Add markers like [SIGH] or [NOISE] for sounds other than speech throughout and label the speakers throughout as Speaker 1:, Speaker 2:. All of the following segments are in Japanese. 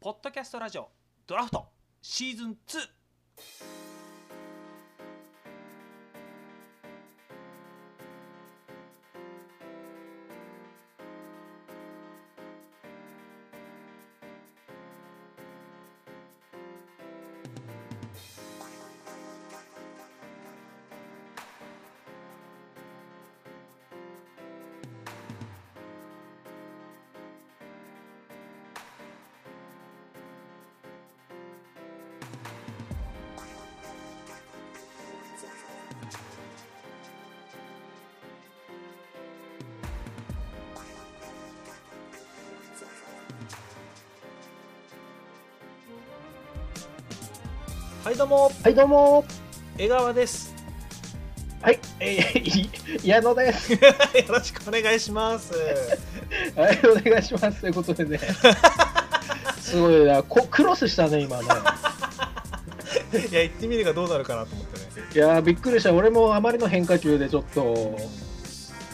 Speaker 1: ポッドキャストラジオドラフトシーズン2はいどうも
Speaker 2: はい、どうも。
Speaker 1: 江川です
Speaker 2: はい、
Speaker 1: えー
Speaker 2: [LAUGHS] 矢野です。
Speaker 1: [LAUGHS] よろしくお願 [LAUGHS] いします
Speaker 2: はい、お願いします。ということで [LAUGHS] ね。すごいな、こ、クロスしたね、今ね。
Speaker 1: いや行ってみるがどうなるかなと思ってね
Speaker 2: いやー、びっくりした。俺もあまりの変化球で、ちょっと。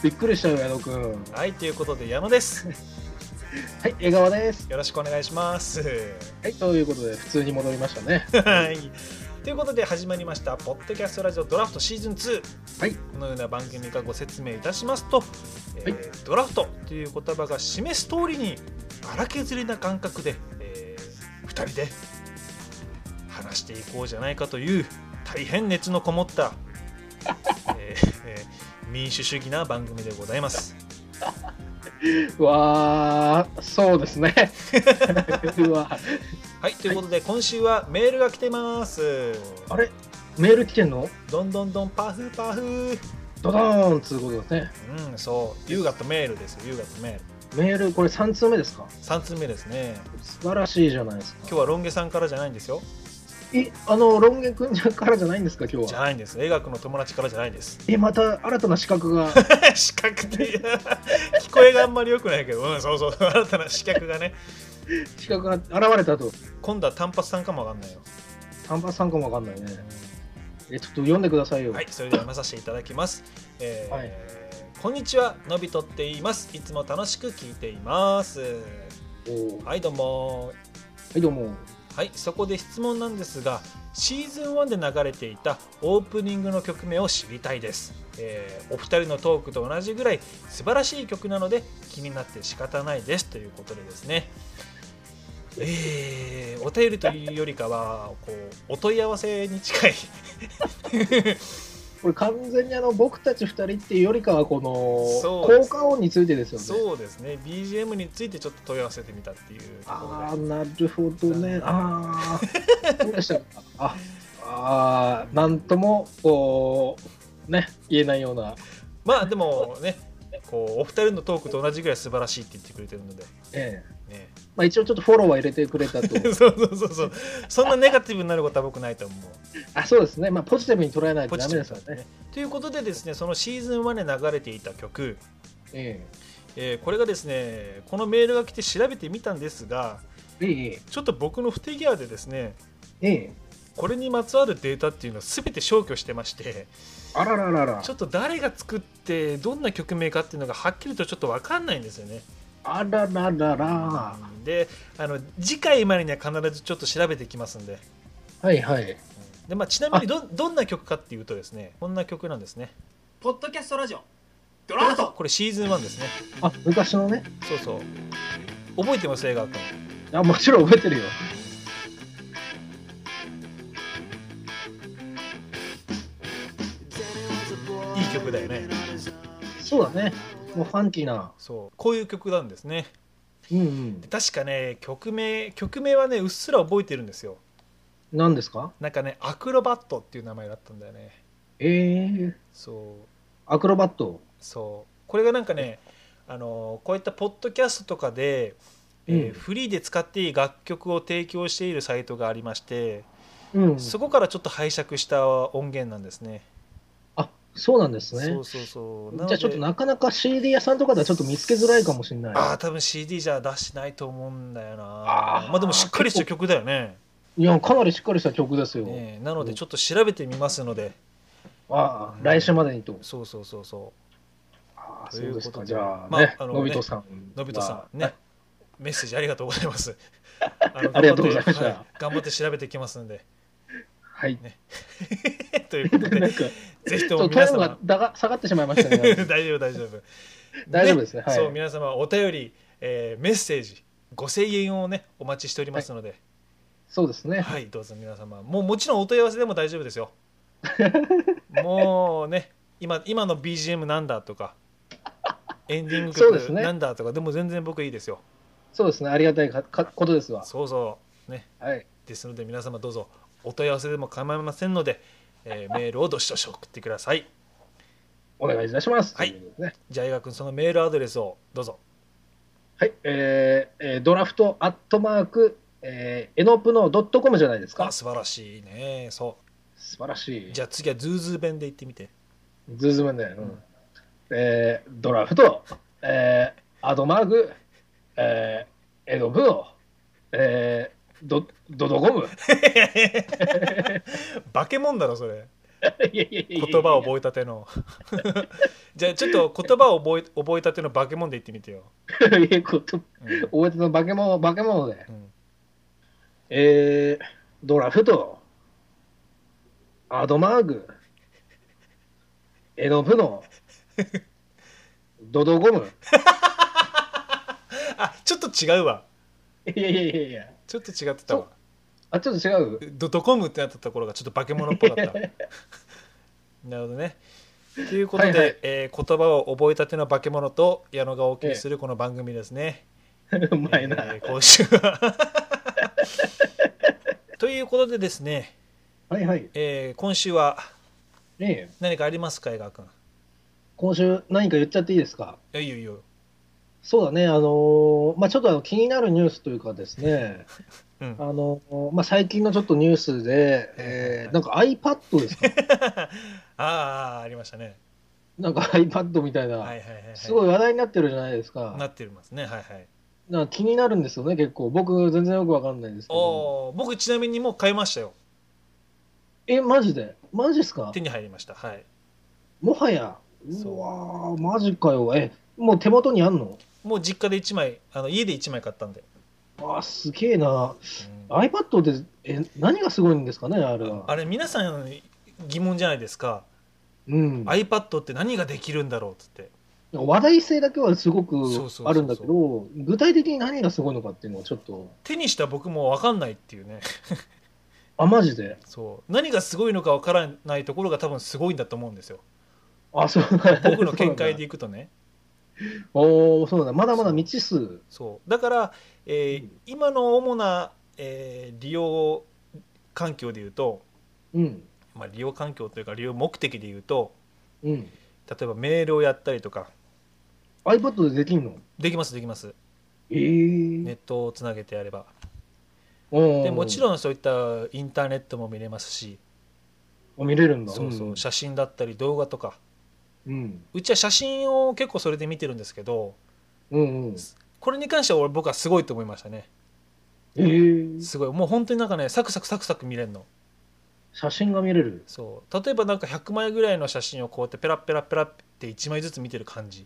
Speaker 2: びっくりしたよ、矢野くん。は
Speaker 1: はいということで矢野です
Speaker 2: い、江川です。
Speaker 1: よろしくお願いします
Speaker 2: はい、ということで、普通に戻りました [LAUGHS] ね。
Speaker 1: はいということで始まりました「ポッドキャストラジオドラフトシーズン2」
Speaker 2: はい
Speaker 1: このような番組がご説明いたしますと、えー
Speaker 2: は
Speaker 1: ドラフトという言葉が示す通りに荒削りな感覚で、え2人で話していこうじゃないかという大変熱のこもった、 [LAUGHS] えーえー民主主義な番組でございます。
Speaker 2: うわー、そうです [LAUGHS] ね。うわ、
Speaker 1: はいということで、今週はメールが来てます。
Speaker 2: あれ、メール来てんの。
Speaker 1: どんどんどんパフパフ
Speaker 2: ドドーンつうことですね。
Speaker 1: うん、そう、優雅とメールです、優雅とメール。
Speaker 2: メール、これ三通目ですか。
Speaker 1: 3通目ですね。
Speaker 2: 素晴らしいじゃないです
Speaker 1: 今
Speaker 2: か。
Speaker 1: 日はロン毛さんからじゃないんですよ。
Speaker 2: え、あの、ロンゲ君からじゃないんですか、今日
Speaker 1: じ
Speaker 2: は
Speaker 1: ゃ。ないんです。映学の友達からじゃないです。 [LAUGHS]
Speaker 2: え、また新たな資格が。
Speaker 1: 視覚的な [LAUGHS] 聞こえがあんまり良くないけど、うん、そうそう、新たな視覚がね。
Speaker 2: 資格が現れたと、
Speaker 1: 今度は単発さんかもわかんないよ。
Speaker 2: 単発さんかもわかんないね。え、ちょっと読んでくださいよ。
Speaker 1: はい、それでは読まさせていただきます。えー
Speaker 2: はい
Speaker 1: こんにちは、のびとって言います。いつも楽しく聞いています。
Speaker 2: おーは
Speaker 1: はい、どうも。
Speaker 2: い、どうも。
Speaker 1: はい、そこで質問なんですが、シーズン1で流れていたオープニングの曲名を知りたいです。えーお二人のトークと同じぐらい素晴らしい曲なので気になって仕方ないですということでですね、えーお便りというよりかはこうお問い合わせに近い
Speaker 2: これ完全にあの僕たち二人っていうよりかはこ
Speaker 1: そう
Speaker 2: の効果音についてですよね。
Speaker 1: そうですね BGM についてちょっと問い合わせてみたっていうとこ
Speaker 2: ああ
Speaker 1: ろで
Speaker 2: なるほどね。ああそうでしたか。ああーなんともこうね言えないような。
Speaker 1: まあでもねこうお二人のトークと同じぐらい素晴らしいって言ってくれてるので、
Speaker 2: ええ
Speaker 1: ね、
Speaker 2: まあ一応ちょっとフォローは入れてくれた
Speaker 1: [LAUGHS]
Speaker 2: と。
Speaker 1: そうそうそうそう。そんなネガティブになることは僕ないと思う。
Speaker 2: あそうですね。まあポジティブに捉えない [LAUGHS] とダメですよ
Speaker 1: だ
Speaker 2: ね。。
Speaker 1: ということでですね、そのシーズン1で流れていた曲、
Speaker 2: え
Speaker 1: えーこれがですね、このメールが来て調べてみたんですが、
Speaker 2: ええ
Speaker 1: ちょっと僕の不手際でですね、
Speaker 2: えええ。
Speaker 1: これにまつわるデータっていうのは全て消去してまして、
Speaker 2: あらららら
Speaker 1: ち。ょっと誰が作って、どんな曲名かっていうのがはっきりとちょっと分かんないんですよね。
Speaker 2: あらららら。
Speaker 1: で、あの次回までには必ずちょっと調べてきますんで。
Speaker 2: はいはい。
Speaker 1: でまあ、ちなみにどどんな曲かっていうとですねこんな曲なんですね
Speaker 3: ポッドキャストラジオドラフト
Speaker 1: これシーズン1ですね
Speaker 2: あ、昔のね。
Speaker 1: そうそう覚えてます映画君
Speaker 2: あ、もちろん覚えてるよ。
Speaker 1: いい曲だよね
Speaker 2: そうだね。もうファンキーな。
Speaker 1: そうこういう曲なんですね
Speaker 2: うんうん
Speaker 1: で。確かね曲名曲名はねうっすら覚えてるんですよ
Speaker 2: 何ですか
Speaker 1: なんかねアクロバットっていう名前だったんだよね
Speaker 2: えー、
Speaker 1: そう
Speaker 2: アクロバット。
Speaker 1: そうこれがなんかねあのこういったポッドキャストとかで、えー
Speaker 2: うん
Speaker 1: フリーで使っていい楽曲を提供しているサイトがありまして、
Speaker 2: うん。
Speaker 1: そこからちょっと拝借した音源なんですね
Speaker 2: あ、そうなんです
Speaker 1: そ
Speaker 2: ね
Speaker 1: う。そうそう
Speaker 2: じゃあちょっと
Speaker 1: なので
Speaker 2: なかなか CD 屋さんとかではちょっと見つけづらいかもしれ
Speaker 1: ああ
Speaker 2: な
Speaker 1: 多分 CD じゃ出してないと思うんだよな
Speaker 2: あー
Speaker 1: まあでもしっかりした曲だよね
Speaker 2: い。いや、かなりしっかりした曲ですよ。
Speaker 1: ねえなのでちょっと調べてみますので、
Speaker 2: ああ、来週までにと。
Speaker 1: そうそうそうそ
Speaker 2: ああ、
Speaker 1: と
Speaker 2: そ
Speaker 1: いううこ
Speaker 2: で
Speaker 1: と
Speaker 2: す
Speaker 1: で
Speaker 2: か。じゃあ
Speaker 1: まあ
Speaker 2: ね、
Speaker 1: あのね
Speaker 2: のびとさん。 [LAUGHS]
Speaker 1: うのびとさんね。メッセージありがとうございますあの
Speaker 2: ありがとうございまし
Speaker 1: 頑張って
Speaker 2: た
Speaker 1: は頑張って調べていきますんで。 [LAUGHS]
Speaker 2: はい。
Speaker 1: ということ
Speaker 2: な
Speaker 1: で
Speaker 2: ん、か、
Speaker 1: ぜひ
Speaker 2: ち
Speaker 1: と
Speaker 2: ょ
Speaker 1: も
Speaker 2: っと体
Speaker 1: 皆
Speaker 2: 温が
Speaker 1: 様、
Speaker 2: だが下がってしまいましたね。
Speaker 1: [LAUGHS] 大丈夫、大丈夫。
Speaker 2: 大丈夫ですね。はい。
Speaker 1: そう皆様お便り、えーメッセージ5000円をねお待ちしておりますので、
Speaker 2: そうです
Speaker 1: はい
Speaker 2: ね。
Speaker 1: どうぞ皆様もうもちろんお問い合わせでも大丈夫ですよもうね今今の BGM なんだとかエンディング
Speaker 2: そうです
Speaker 1: 曲
Speaker 2: ね
Speaker 1: なんだとかで,、も全然僕いいですよ
Speaker 2: そうですね。ありがたいかかことですわ。
Speaker 1: そうそうね
Speaker 2: はい。
Speaker 1: ですので皆様どうぞお問い合わせでも構いませんので、えーメールをどしどし送ってください
Speaker 2: お願いいたします。
Speaker 1: はい
Speaker 2: とうことでね
Speaker 1: じゃあ江川君そのメールアドレスをどうぞ
Speaker 2: はい。えーえードラフトアットマーク、えー、エノプノドットコムじゃないです
Speaker 1: あ
Speaker 2: か。素
Speaker 1: 素晴らしいねそ
Speaker 2: 晴らし
Speaker 1: う
Speaker 2: い。
Speaker 1: じゃあ次はズーズー弁で言ってみて
Speaker 2: ズーズームで、うん
Speaker 1: うん
Speaker 2: えードラフト、えーアドマーグ、えーエドブノ、えードドドゴム。 [LAUGHS]
Speaker 1: バケモンだろそれ
Speaker 2: 言
Speaker 1: 言葉を覚えたてのじゃあちょっと言葉を覚え覚えたてのバケモンで言ってみてよ、
Speaker 2: え [LAUGHS] て。いや言
Speaker 1: うんうん
Speaker 2: 覚えてた化け物、化け物で。えー、ドラフト、アドマーグ、エノ
Speaker 1: [LAUGHS]
Speaker 2: ブノ、ドドゴム。
Speaker 1: あちょっと違うわ
Speaker 2: いやいやいやいや。
Speaker 1: ちょっと違ってたわ
Speaker 2: あ、ちょっと違う。 [LAUGHS]
Speaker 1: ドドコムってなったところがちょっとバケモンっぽかったなるほどねということで、
Speaker 2: はいはい
Speaker 1: えー言葉を覚えたての化け物と矢野がお送りするこの番組ですね、
Speaker 2: うまいな。
Speaker 1: えー今週は [LAUGHS] ということでですね、
Speaker 2: はいはい。
Speaker 1: えー今週は
Speaker 2: ええ
Speaker 1: 何かありますか江川君
Speaker 2: 今週何か言っちゃっていいですか
Speaker 1: いやいいよいい [LAUGHS] よ
Speaker 2: そうだね、あのーまあ、ちょっとあの気になるニュースというかですね、
Speaker 1: [LAUGHS] うん
Speaker 2: あのーまあ、最近のちょっとニュースで、えーなんか iPad ですか
Speaker 1: ああありましたね。
Speaker 2: なんか [LAUGHS] iPad みたい
Speaker 1: はい
Speaker 2: な、
Speaker 1: はいはい、はい。
Speaker 2: すごい話題になってるじゃないですか。
Speaker 1: なってますね。はいはい。
Speaker 2: なんか気になるんですよね、結構。僕、全然よくわかんないんですけ
Speaker 1: お
Speaker 2: ど。
Speaker 1: おー、僕ちなみにもう買いましたよ。
Speaker 2: え、マジでマジですか
Speaker 1: 手に入りました。はい。
Speaker 2: もはや。
Speaker 1: そう
Speaker 2: うわー、マジかよ。え、もう手元にあんの
Speaker 1: もう実家で一枚、あの家で一枚買ったんで。
Speaker 2: あー、すげえ
Speaker 1: う
Speaker 2: な。
Speaker 1: ん
Speaker 2: iPad で、え、何がすごいんですかね、あれは。
Speaker 1: あれ皆さん疑問じゃないですか。
Speaker 2: うん。
Speaker 1: iPad って何ができるんだろうっつって。
Speaker 2: 話題性だけはすごく
Speaker 1: そうそうそうそう
Speaker 2: あるんだけど、具体的に何がすごいのかっていうのはちょっと、
Speaker 1: 手にした僕も分かんないっていうね。
Speaker 2: あ、マジで。
Speaker 1: そう。何がすごいのか分からないところが多分すごいんだと思うんですよ。
Speaker 2: あ、そう
Speaker 1: 僕の見解で。いくとね。
Speaker 2: [LAUGHS] おお、そうなんだ。まだまだ未知数。
Speaker 1: そうだから、えー
Speaker 2: うん
Speaker 1: 今の主な、えー利用環境でいうと、
Speaker 2: うん。
Speaker 1: まあ、利用環境というか利用目的でいうと
Speaker 2: うん。
Speaker 1: 例えばメールをやったりとか
Speaker 2: iPad でできんの
Speaker 1: できますできます
Speaker 2: ええ
Speaker 1: ネットをつなげてやれば
Speaker 2: で
Speaker 1: でもちろんそういったインターネットも見れますし
Speaker 2: ん。見れるんだ。
Speaker 1: そうそ
Speaker 2: ん
Speaker 1: う写真だったり動画とか
Speaker 2: うん。
Speaker 1: うちは写真を結構それで見てるんですけど
Speaker 2: うんうん。
Speaker 1: これに関しては俺僕はすごいと思いましたね
Speaker 2: えー
Speaker 1: すごいもう本当になんかねサクサクサクサク見れるの
Speaker 2: 写真が見れる。
Speaker 1: そう例えばなんか100枚ぐらいの写真をこうやってペラッペラッペラッって1枚ずつ見てる感じ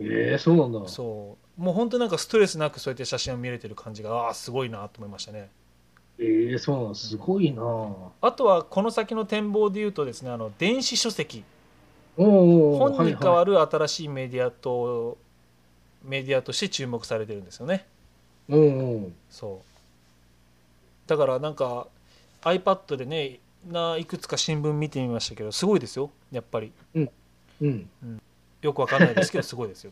Speaker 2: ええそうなんだ。
Speaker 1: そうもう本当なんかストレスなくそうやって写真を見れてる感じがああすごいなと思いましたね
Speaker 2: ええそうなんだ。すごいなお
Speaker 1: あとはこの先の展望でいうとですねあの電子書籍
Speaker 2: ーおー
Speaker 1: 本に代
Speaker 2: は
Speaker 1: わる新しいメディアとメディアとして注目されてるんですよね
Speaker 2: いはいうんうん。
Speaker 1: そうだからなんか iPad でねないくつか新聞見てみましたけどすごいですよやっぱり
Speaker 2: うん。
Speaker 1: よくわかんないですけどすごいですよ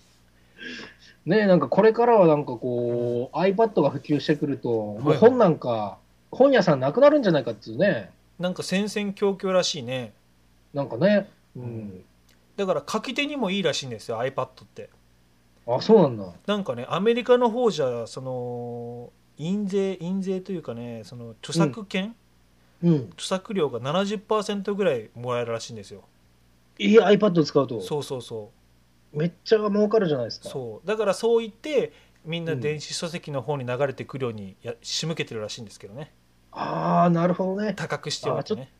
Speaker 2: ねえ、なんかこれからはなんかこう、iPad が普及してくると、もう本なんか、本屋さんなくなるんじゃないかっていうね、
Speaker 1: なんか戦々恐々らしいね
Speaker 2: なんかね、う
Speaker 1: うん
Speaker 2: ん。
Speaker 1: だから書き手にもいいらしいんですよ iPad って
Speaker 2: あ、そうなんだ。
Speaker 1: なんかねアメリカの方じゃその印税印税というかねその著作権、
Speaker 2: うん。
Speaker 1: 著作料が70%ぐらいもらえるらしいんですよ
Speaker 2: いい iPad 使うと、
Speaker 1: そうそうそ
Speaker 2: めっちゃ儲かるじゃないです
Speaker 1: う
Speaker 2: か。
Speaker 1: そうだからそう言ってみんな電子書籍の方に流れてくるようにや仕向けてるらしいんですけどね
Speaker 2: ああ、なるほどね。
Speaker 1: 多角しておいてね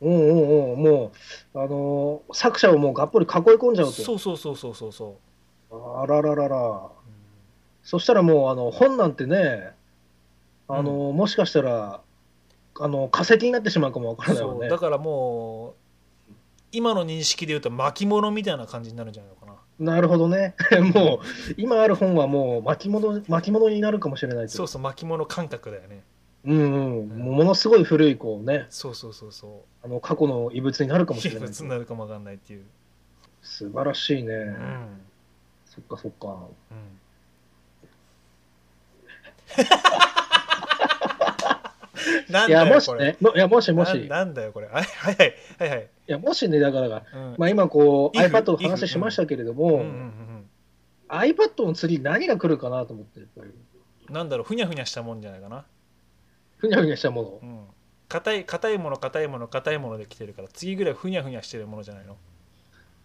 Speaker 2: うんうんうん。もう、あのー作者をもうがっぽり囲い込んじゃうと。
Speaker 1: そうそうそうそうそうそ
Speaker 2: あらららら。
Speaker 1: う
Speaker 2: そしたらもう、あの、本なんてね、あの、もしかしたら、あの、化石になってしまうかもわからない
Speaker 1: そ
Speaker 2: もん
Speaker 1: う
Speaker 2: ね
Speaker 1: だ。からもう今の認識でいうと巻物みたいな感じになるんじゃないのかな
Speaker 2: なるほどね。 [LAUGHS] もう、今ある本はもう巻物、巻物になるかもしれないとい
Speaker 1: そうそう巻物感覚だよね
Speaker 2: うんうん。もうものすごい古い、こうね、
Speaker 1: そうそうそうそ
Speaker 2: あの、過去の異物になるか
Speaker 1: う
Speaker 2: もしれ
Speaker 1: 秘
Speaker 2: ない。
Speaker 1: 物になるかもわかんないっていう
Speaker 2: 素晴らしいね。
Speaker 1: うん、
Speaker 2: そっかそっか。 [LAUGHS]
Speaker 1: うん、なん
Speaker 2: いや、
Speaker 1: だ
Speaker 2: も
Speaker 1: よ
Speaker 2: し
Speaker 1: これ
Speaker 2: ね、のいや、もしも
Speaker 1: な
Speaker 2: し、い
Speaker 1: なんだよこれはいはいはいはいはい、
Speaker 2: や、もしね、だから、
Speaker 1: うん
Speaker 2: まあ今こう、
Speaker 1: if
Speaker 2: iPad の
Speaker 1: if
Speaker 2: 話しましたけれど
Speaker 1: うんう
Speaker 2: も、
Speaker 1: んうん、
Speaker 2: iPad の次何が来るかなと思って、やっぱり
Speaker 1: うんなんだろうふにゃふにゃしたもんじゃないかな
Speaker 2: ふにゃふにゃしたもの。
Speaker 1: うん硬い硬いもの硬いもの硬いものできてるから次ぐらいふにゃふにゃしてるものじゃないの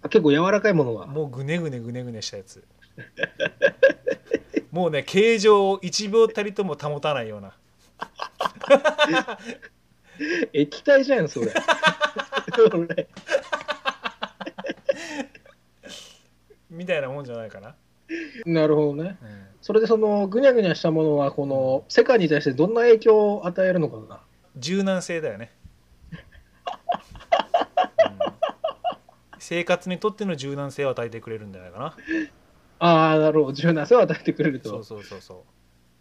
Speaker 2: あ結構柔らかいも
Speaker 1: [LAUGHS]
Speaker 2: のが。
Speaker 1: もうぐねぐねぐねぐねしたや [LAUGHS] つもうね形状を1秒たりとも保たないような
Speaker 2: 液体じゃん、そ
Speaker 1: [LAUGHS]
Speaker 2: れ。俺
Speaker 1: みたいなもんじゃないかな、
Speaker 2: なるほどね。
Speaker 1: うん
Speaker 2: それでそのぐにゃぐにゃしたものはこの世界に対してどんな影響を与えるのかな
Speaker 1: 柔軟性だよね、うん生活にとっての柔軟性を与えてくれるんじゃないかな
Speaker 2: ああなるほど柔軟性を与えてくれると
Speaker 1: そうそうそうそう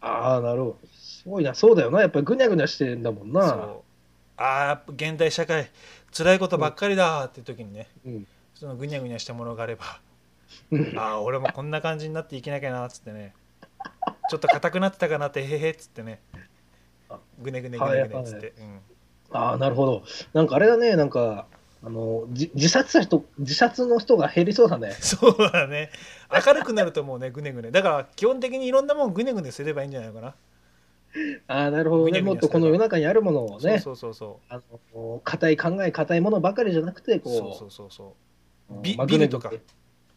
Speaker 2: ああなるほどすごいなそうだよなやっぱりぐにゃぐにゃしてんだもんな
Speaker 1: そうあー現代社会辛いことばっかりだーって時にね、
Speaker 2: うん
Speaker 1: そのぐにゃぐにゃしたものがあれば
Speaker 2: うん
Speaker 1: ああ俺もこんな感じになっていけなきゃなっつってねちょっと硬くなってたかなってへへっつってね
Speaker 2: あ
Speaker 1: ぐねぐねぐねぐねっつって、うん [LAUGHS]
Speaker 2: ああなるほどなんかあれだねなんかあのじ自殺した人自殺の人が減りそうだね
Speaker 1: そうだね明るくなると思うねぐねぐねだから基本的にいろんなもんぐねぐねすればいいんじゃないのかな、
Speaker 2: ああなるほど
Speaker 1: ぐに
Speaker 2: ね
Speaker 1: ゃぐにゃ
Speaker 2: もっとこの世の中にあるものをね
Speaker 1: そうそうそう
Speaker 2: あの硬い考え硬いものばかりじゃなくて
Speaker 1: そうそうそ
Speaker 2: こ
Speaker 1: うそうそう
Speaker 2: う
Speaker 1: ビ
Speaker 2: まあ
Speaker 1: ビルとか
Speaker 2: ぐね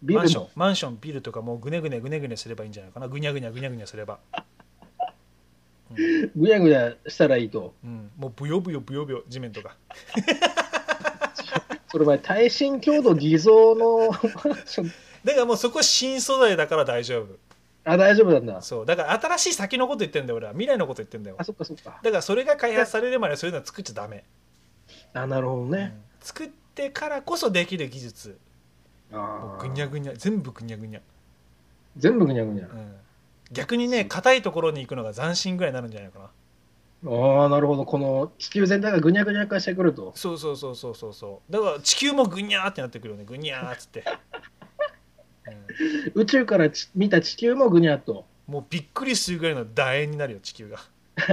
Speaker 2: ぐね
Speaker 1: マン
Speaker 2: ビ
Speaker 1: シ
Speaker 2: ル
Speaker 1: ョン
Speaker 2: も
Speaker 1: マンションビルとかもうぐねぐねぐねぐねすればいいんじゃないかなぐにゃぐにゃぐにゃぐにゃすれば、うん
Speaker 2: ぐにゃぐにゃしたらいいと
Speaker 1: うん、もうブヨブヨブヨブヨ地面とか
Speaker 2: それは耐震強度偽造の [LAUGHS] マンション
Speaker 1: だからもうそこは新素材だから大丈夫
Speaker 2: あ、大丈夫なんだ。
Speaker 1: そうだから新しい先のこと言ってんだよ俺は未来のこと言ってんだよ
Speaker 2: あ、そっかそっか。
Speaker 1: だからそれが開発されるまでそういうのは作っちゃダメ、
Speaker 2: あ、なるほど
Speaker 1: う
Speaker 2: ね。
Speaker 1: ん作ってからこそできる技術も
Speaker 2: あ
Speaker 1: う
Speaker 2: ー
Speaker 1: ぐにゃぐにゃ全部ぐにゃぐにゃ、
Speaker 2: 全部ぐにゃぐにゃ
Speaker 1: う。ん、逆にね硬いところに行くのが斬新ぐらいになるんじゃないかな
Speaker 2: ああ、なるほど。この地球全体がぐにゃぐにゃ化してくると。
Speaker 1: そうそうそうそうそうそうだから地球もぐにゃーってなってくるよねぐにゃーっつ
Speaker 2: [LAUGHS]
Speaker 1: って、うん
Speaker 2: 宇宙からち見た地球もぐにゃっと。
Speaker 1: もうびっくりするぐらいの楕円になるよ地球が
Speaker 2: 楕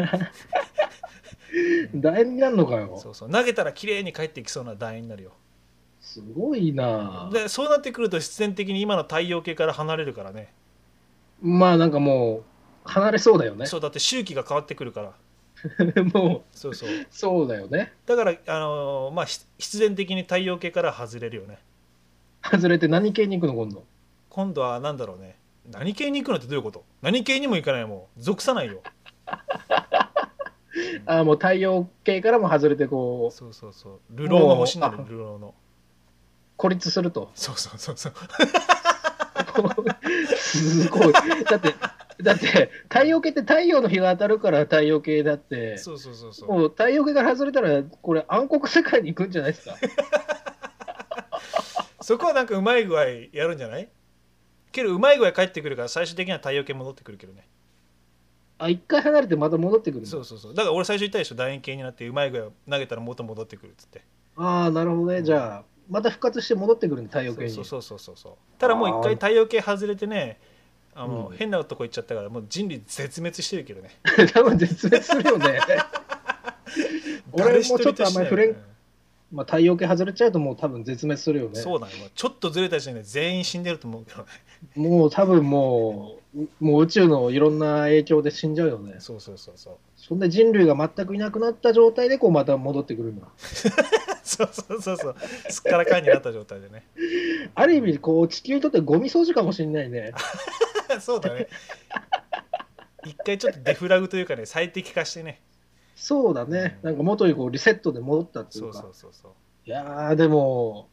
Speaker 2: 円になるのかよ。
Speaker 1: そうそう投げたら綺麗に帰ってきそうな楕円になるよ
Speaker 2: すごいな。
Speaker 1: でそうなってくると必然的に今の太陽系から離れるからね
Speaker 2: まあなんかもう、離れそうだよね。
Speaker 1: そうだって周期が変わってくるから
Speaker 2: [LAUGHS] も
Speaker 1: そうそう
Speaker 2: う、そうだよね。
Speaker 1: だから、あのーまあ、ひ必然的に太陽系から外れるよね
Speaker 2: 外れて何系に行くの、今度。
Speaker 1: 今度は何だろうね何系に行くのってどういうこと何系にも行かないもう属さないよ
Speaker 2: あーもう太陽系からも外れて、こう、
Speaker 1: そうそうそう流浪の星になる
Speaker 2: もう
Speaker 1: 流浪の。
Speaker 2: 孤立すると [LAUGHS]
Speaker 1: そうそうそうそう
Speaker 2: すごい。だって、だって、太陽系って太陽の日が当たるから太陽系だって。
Speaker 1: [LAUGHS] そうそうそうそう
Speaker 2: もう太陽系から外れたら、これ暗黒世界に行くんじゃないですか。
Speaker 1: そこはなんかうまい具合やるんじゃないけどうまい具合帰ってくるから最終的には太陽系戻ってくるけどね
Speaker 2: あ、一回離れてまた戻ってくるの
Speaker 1: そうそうそうだから俺最初言ったでしょ楕円形になってうまい具合投げたら元戻ってくるっつって
Speaker 2: ああ、なるほどね。じゃあ、また復活して戻ってくるの、太陽系に。
Speaker 1: そうそうそうそうそうただもう一回
Speaker 2: あー
Speaker 1: 太陽系外れてねあの、
Speaker 2: うん
Speaker 1: 変なとこ行っちゃったからもう人類絶滅してるけどね
Speaker 2: [LAUGHS] 多分絶滅するよね。俺もちょ
Speaker 1: 誰一
Speaker 2: っと
Speaker 1: 人としてない
Speaker 2: あんまり触れんまあ、太陽系外れちゃうと、もう多分絶滅するよね。
Speaker 1: そうなのよちょっとずれた時点で全員死んでると思うけどね
Speaker 2: もう多分もう、もう宇宙のいろんな影響で死んじゃうよね。
Speaker 1: そうそうそうそう
Speaker 2: そんで人類が全くいなくなった状態で、こうまた戻ってくるんだ。
Speaker 1: [LAUGHS] そうそうそうそうすっからかんになった状態でね [LAUGHS]
Speaker 2: ある意味、こう、地球にとってゴミ掃除かもしれないね。
Speaker 1: そうだね一回ちょっとデフラグというかね最適化してね
Speaker 2: そうだね。なんか元にこうリセットで戻ったってい
Speaker 1: そうう
Speaker 2: か。
Speaker 1: そうそうそう
Speaker 2: いやー、でも、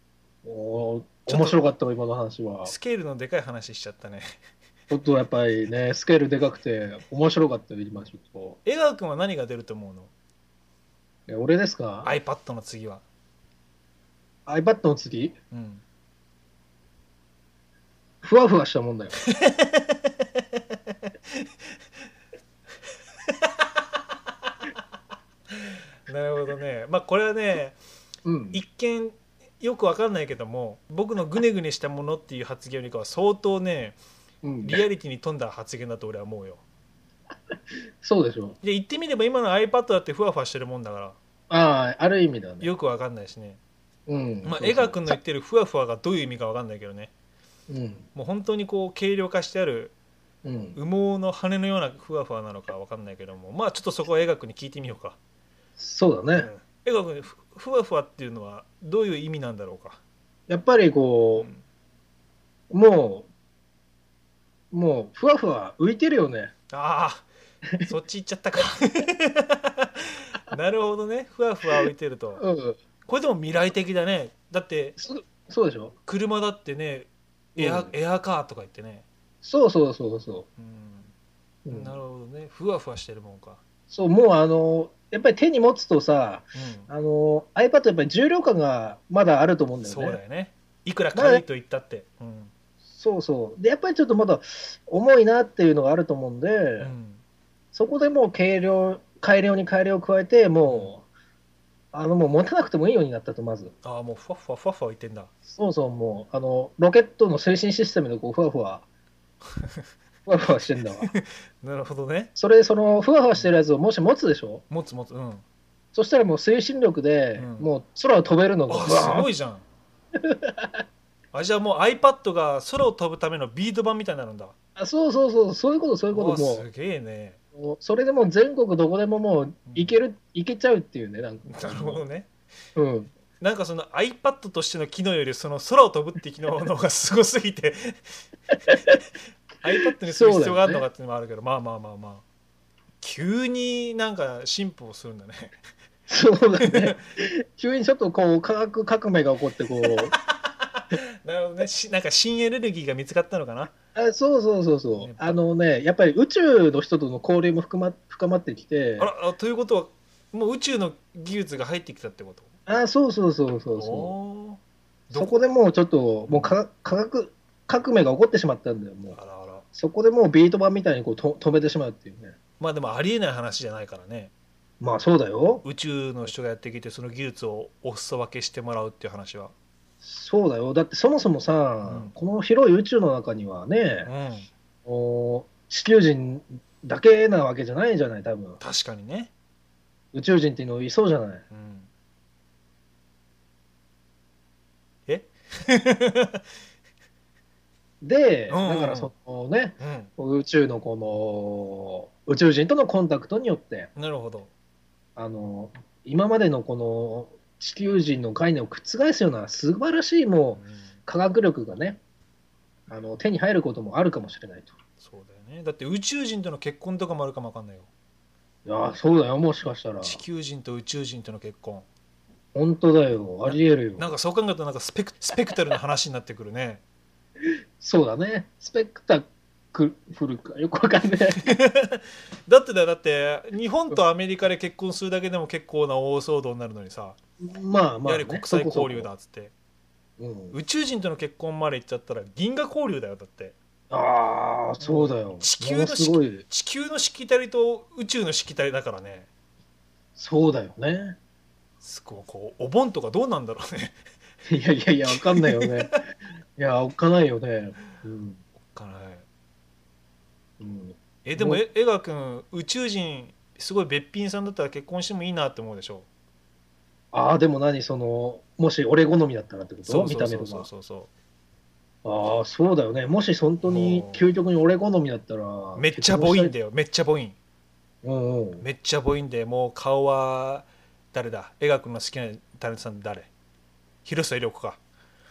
Speaker 2: お
Speaker 1: ちょ
Speaker 2: ー
Speaker 1: っと
Speaker 2: 面白かったわ、今の話は。
Speaker 1: スケールのでかい話しちゃったね
Speaker 2: ちょっとやっぱりね、スケールでかくて、面白かったよ、今ちょっと。
Speaker 1: 江川君は何が出ると思うの
Speaker 2: え俺ですか、
Speaker 1: iPad の次は、
Speaker 2: ?iPad の次、
Speaker 1: うん、
Speaker 2: ふわふわしたもんだよ。
Speaker 1: なるほどねまあこれはね
Speaker 2: うん。
Speaker 1: 一見よくわかんないけども僕のグネグネしたものっていう発言よりかは相当ね
Speaker 2: うん、
Speaker 1: リアリティに富んだ発言だと俺は思うよ
Speaker 2: そうでしょ。
Speaker 1: で言ってみれば今の iPad だってふわふわしてるもんだから
Speaker 2: ああ、ある意味だね。
Speaker 1: よくわかんないしね、
Speaker 2: うん。
Speaker 1: まあ、
Speaker 2: そうそう
Speaker 1: 江川君の言ってるふわふわがどういう意味かわかんないけどね
Speaker 2: うん。
Speaker 1: もう本当にこう軽量化してある
Speaker 2: うん。
Speaker 1: 羽毛の羽のようなふわふわなのかわかんないけどもまあちょっとそこは江川君に聞いてみようか、
Speaker 2: そう
Speaker 1: う
Speaker 2: だね。
Speaker 1: ん、江川君ふふわふわっていうのはどういう意味なんだろうか、
Speaker 2: やっぱり
Speaker 1: う
Speaker 2: こ
Speaker 1: ん
Speaker 2: う、もう、もう、ふわふわ浮いてるよね。
Speaker 1: ああそっち行っちゃったか [LAUGHS] なるほどねふわふわ浮いてると
Speaker 2: うん。
Speaker 1: これでも未来的だねだって
Speaker 2: そそうでしょ
Speaker 1: 車だってねエア,、
Speaker 2: うん
Speaker 1: エアカーとか言ってね、
Speaker 2: そうそうそうそ
Speaker 1: うん
Speaker 2: う。うん
Speaker 1: なるほどねふわふわしてるもんか、
Speaker 2: そう、もうあの、やっぱり手に持つとさ、
Speaker 1: うん
Speaker 2: あの、iPad やっぱり重量感がまだあると思うんだよね。
Speaker 1: そうだよねいくら軽いと言ったって、うん
Speaker 2: そうそう。で、やっぱりちょっとまだ重いなっていうのがあると思うんで、
Speaker 1: うん
Speaker 2: そこでもう軽量、改良に改良を加えて、もう、あの、もう持たなくてもいいようになったと、まず。
Speaker 1: ああもうふわふわふわふわ浮いてんだ
Speaker 2: そうそう、もう、あの、ロケットの推進システムでこう、ふわ
Speaker 1: [LAUGHS]
Speaker 2: ふわ、ふわふわしてんだわ。
Speaker 1: なるほどね
Speaker 2: それ、その、ふわふわしてるやつをもし持つでしょ
Speaker 1: 持つ持つうん
Speaker 2: そしたらもう推進力で、
Speaker 1: うん
Speaker 2: もう空を飛べるのが、
Speaker 1: あすご
Speaker 2: い
Speaker 1: いじゃんあじゃあもう iPad が空を飛ぶためのビート版みたいになるんだ
Speaker 2: あそうそうそう、そういうこと、そういうこ
Speaker 1: わあ
Speaker 2: と、も
Speaker 1: すげえね
Speaker 2: う、もうそれでもう全国どこでももう、行ける、行けちゃうっていうね、なんか。
Speaker 1: なるほどね
Speaker 2: うん。
Speaker 1: なんかその iPad としての機能よりその空を飛ぶって機能の方がすごすぎて iPad にする必要があるのかっていうのもあるけど、まあまあまあまあ急になんか進歩をするんだね [LAUGHS]
Speaker 2: そうだね。 [LAUGHS] 急にちょっとこう、科学革命が起こって、こう、
Speaker 1: なるほどねしなんか新エネルギーが見つかったのかな
Speaker 2: あそうそうそ
Speaker 1: [LAUGHS]
Speaker 2: うそう、
Speaker 1: ね
Speaker 2: あのね、やっぱり宇宙の人との交流も深ま深まってきて
Speaker 1: あ、らあということはもう宇宙の技術が入ってきたってこと
Speaker 2: あそうそうそうそうそ
Speaker 1: おー
Speaker 2: う、
Speaker 1: ど
Speaker 2: そこでもうちょっと、もう科科学革命が起こってしまったんだよ、もう
Speaker 1: あ、らあら
Speaker 2: そこでもうビート板みたいにこうと止めてしまうっていうね、
Speaker 1: まあでもありえない話じゃないからね
Speaker 2: まあそうだよ、
Speaker 1: 宇宙の人がやってきてその技術をお裾分けしてもらうっていう話は
Speaker 2: そうだよ、だってそもそもさ、
Speaker 1: うん
Speaker 2: この広い宇宙の中には
Speaker 1: う
Speaker 2: ね、
Speaker 1: ん
Speaker 2: お地球人だけなわけじゃないじゃない、多分
Speaker 1: 確かにね
Speaker 2: 宇宙人っていうのいそうじゃない。
Speaker 1: うんえ
Speaker 2: で、
Speaker 1: うんうんうん
Speaker 2: だからそのね、
Speaker 1: [LAUGHS] うん
Speaker 2: 宇宙のこの宇宙人とのコンタクトによって
Speaker 1: なるほど
Speaker 2: あの今までのこの地球人の概念を覆すような素晴らしいもう
Speaker 1: うん
Speaker 2: 科学力がねあの手に入ることもあるかもしれないと。
Speaker 1: そうだよねだって宇宙人との結婚とかもあるかもわかんないよ
Speaker 2: いやーそうだよもしかしたら
Speaker 1: 地球人と宇宙人との結婚
Speaker 2: 本当だよありえる
Speaker 1: なん
Speaker 2: よ
Speaker 1: かそう考えるとなんかスペクスペクタルな話になってくるね [LAUGHS]
Speaker 2: そうだねスペクタクルかよくわか
Speaker 1: [LAUGHS]
Speaker 2: んない
Speaker 1: だってだよだって日本とアメリカで結婚するだけでも結構な大騒動になるのにさ、
Speaker 2: まあま
Speaker 1: やは
Speaker 2: あ、
Speaker 1: り国際交流だっつって
Speaker 2: そこそこ、うん
Speaker 1: 宇宙人との結婚まで行っちゃったら銀河交流だよだって
Speaker 2: ああそうだよ
Speaker 1: 地球
Speaker 2: も
Speaker 1: の
Speaker 2: のすごい
Speaker 1: 地球のしきたりと宇宙のしきたりだからね
Speaker 2: そうだよね
Speaker 1: すごいこうお盆とかどうなんだろうね [LAUGHS]
Speaker 2: いやいやいや、わかんないよね。いや、おっかないよね。うん。
Speaker 1: わかんない
Speaker 2: うん、
Speaker 1: えでも
Speaker 2: もう
Speaker 1: え江川君宇宙人すごいべっぴんさんだったら結婚してもいいなって思うでしょ
Speaker 2: ああ、でも何、その、もし俺好みだったらってこと
Speaker 1: そう
Speaker 2: 見
Speaker 1: そ
Speaker 2: た
Speaker 1: う
Speaker 2: 目
Speaker 1: そ
Speaker 2: と
Speaker 1: うそう
Speaker 2: か。
Speaker 1: そうそ
Speaker 2: ああ、そうだよね。もし本当に
Speaker 1: うん
Speaker 2: 究極に俺好みだったら。
Speaker 1: うめっちゃボイン
Speaker 2: で。
Speaker 1: だよめっちゃボイン
Speaker 2: うんうん。
Speaker 1: めっちゃボインでもう顔は誰だ江川君の好きなタレントさん誰広末涼子か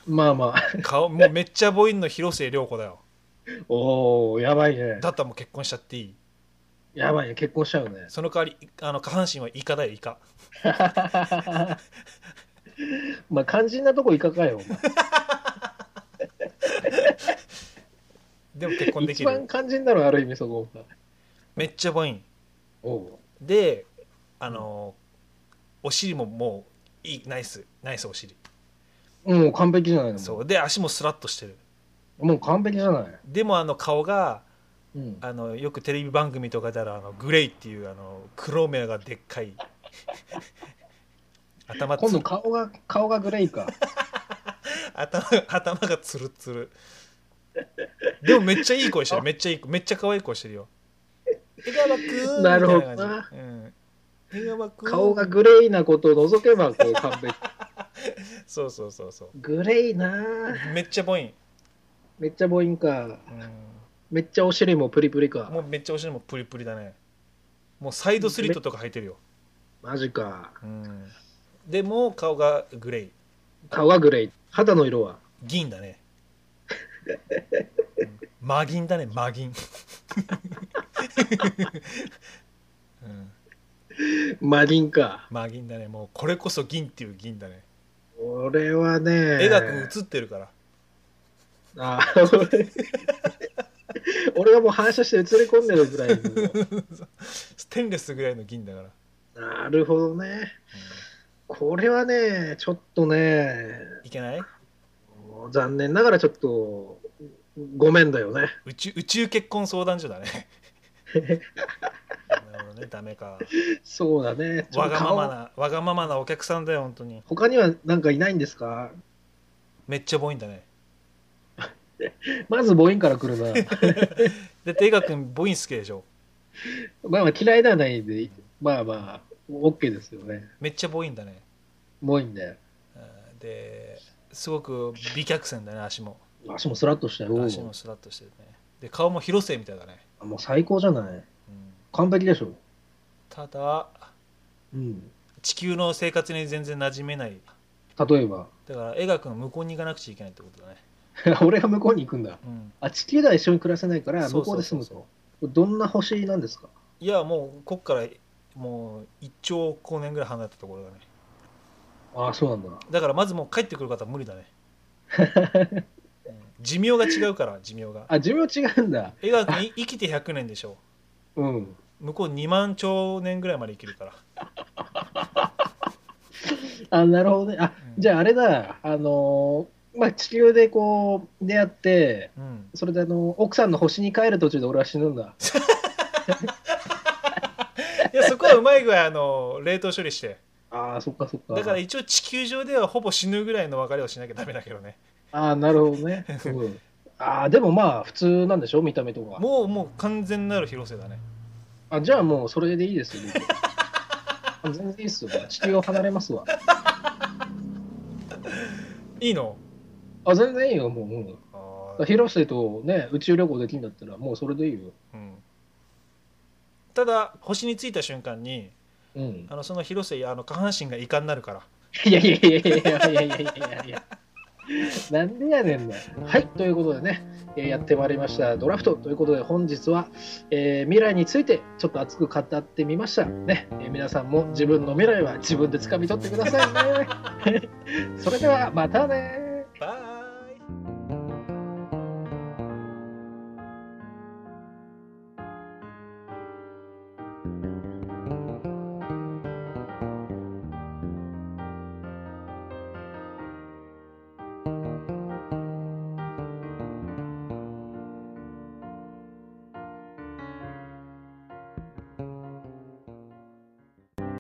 Speaker 2: まあまあ、 [LAUGHS]
Speaker 1: 顔もうめっちゃボインの広末涼子だよ
Speaker 2: おお、やばいね。
Speaker 1: だったらもう結婚しちゃっていい
Speaker 2: やばいね。結婚しちゃ
Speaker 1: [LAUGHS]
Speaker 2: うね。
Speaker 1: その代わりあの下半身はイカだよイカ
Speaker 2: まあ、肝心なとこいかかよ。お前
Speaker 1: でも結婚でき
Speaker 2: 一番
Speaker 1: る
Speaker 2: 肝心なのはある意味そこが
Speaker 1: めっちゃワイン
Speaker 2: おう
Speaker 1: であのお尻ももういいナイスナイスお尻
Speaker 2: もう完璧じゃないの
Speaker 1: そうで足もスラッとしてる
Speaker 2: もう完璧じゃない、
Speaker 1: でもあの顔が
Speaker 2: うん、
Speaker 1: あのよくテレビ番組とかであるあのグレイっていうあの黒目がでっかい [LAUGHS] 頭つ
Speaker 2: 今度顔が顔がグレイか
Speaker 1: 頭頭がツルツルでもめっちゃいい声してるめっちゃいいめっちゃ可愛い声してる
Speaker 2: [LAUGHS]
Speaker 1: よ江川くん
Speaker 2: なるほどな
Speaker 1: みたい感じうん、江川くん
Speaker 2: 顔がグレイなことを除けばこう完璧
Speaker 1: そうそうそうそう
Speaker 2: グレイなあ
Speaker 1: めっちゃボイン、
Speaker 2: めっちゃボインか
Speaker 1: う
Speaker 2: めっちゃお尻もプリプリか
Speaker 1: ん、もうめっちゃお尻もプリプリだねもうサイドスリットとか履いてるよ、
Speaker 2: マジか
Speaker 1: うん、でも顔がグレイ
Speaker 2: 顔がグレイ肌の色は
Speaker 1: 銀だねうん真銀だね真銀、うん、
Speaker 2: マリンか
Speaker 1: 真銀だねもうこれこそ銀っていう銀だね
Speaker 2: 俺はね
Speaker 1: 絵が映ってるから
Speaker 2: あ俺俺がもう反射して映り込んでるぐらいの
Speaker 1: ステンレスぐらいの銀だから、
Speaker 2: なるほどねこれはねちょっとね
Speaker 1: うんいけない
Speaker 2: もう残念ながらちょっとごめんだよね
Speaker 1: 宇宙宇宙結婚相談所だねなるほどねダメか
Speaker 2: そうだねちょ
Speaker 1: わ
Speaker 2: っと
Speaker 1: が
Speaker 2: 顔
Speaker 1: ままなわがままなお客さんだよ本当に
Speaker 2: 他にはなんかいないんですか
Speaker 1: めっちゃボインだね
Speaker 2: まずボインから来る
Speaker 1: だ
Speaker 2: な
Speaker 1: って映画君ボイン好きでしょ
Speaker 2: まあまあ嫌いではないでまあまあ OK ですよね
Speaker 1: めっちゃボインだね
Speaker 2: ボインで
Speaker 1: うんですごく美脚線だね足も
Speaker 2: 足もスラッとしたよ
Speaker 1: 足もスラッとしてるねで顔も広瀬みたいだね、
Speaker 2: もう最高じゃない
Speaker 1: うん
Speaker 2: 完璧でしょ
Speaker 1: ただ
Speaker 2: うん
Speaker 1: 地球の生活に全然馴染めない
Speaker 2: 例えば [LAUGHS]
Speaker 1: だから映画君は向こうに行かなくちゃいけないってことだね、
Speaker 2: 俺が向こうに行くんだ
Speaker 1: うん、
Speaker 2: あ地球では一緒に暮らせないから
Speaker 1: そ
Speaker 2: 向
Speaker 1: うそ
Speaker 2: こ
Speaker 1: う
Speaker 2: う
Speaker 1: そう
Speaker 2: で
Speaker 1: そう
Speaker 2: 住むとどんな星なんですか
Speaker 1: いやもうこっからもう1兆光年ぐらい離れたところだね
Speaker 2: ああそうなんだ
Speaker 1: だからまずもう帰ってくる方は無理だね、うん寿命が違うから寿命が
Speaker 2: あ自分は違うんだ
Speaker 1: 映画君い生きて100年でしょ
Speaker 2: うん
Speaker 1: 向こう2万兆年ぐらいまで生きるから
Speaker 2: あなるほどねあ
Speaker 1: うん
Speaker 2: じゃああれだあのーまあ地球でこう出会って
Speaker 1: うん
Speaker 2: それであの奥さんの星に帰る途中で俺は死ぬんだ
Speaker 1: いやそこはうまい具合あの冷凍処理して
Speaker 2: ああそっかそっか
Speaker 1: だから一応地球上ではほぼ死ぬぐらいの別れをしなきゃダメだけどね
Speaker 2: ああなるほど
Speaker 1: [LAUGHS]
Speaker 2: ね、うん、ああでもまあ普通なんでしょ見た目とか
Speaker 1: もうもう完全なる広瀬だね
Speaker 2: あじゃあもうそれでいいですよ僕あ全然いいっすよ地球を離れますわ
Speaker 1: いいの
Speaker 2: あ全然いいよもう、うん
Speaker 1: あー
Speaker 2: 広瀬とね、宇宙旅行できるんだったら、もうそれでいいよ。
Speaker 1: うんただ星に着いた瞬間に
Speaker 2: うん。
Speaker 1: あのその広瀬あの下半身がイカになるから
Speaker 2: いやいやいやいやいやいやいやいやいや。なんでやねんな。はい、ということでね、えーやってまいりました、ドラフトということで、本日は、えー未来についてちょっと熱く語ってみました。ね、えー皆さんも自分の未来は自分で掴み取ってくださいね。それでは、またね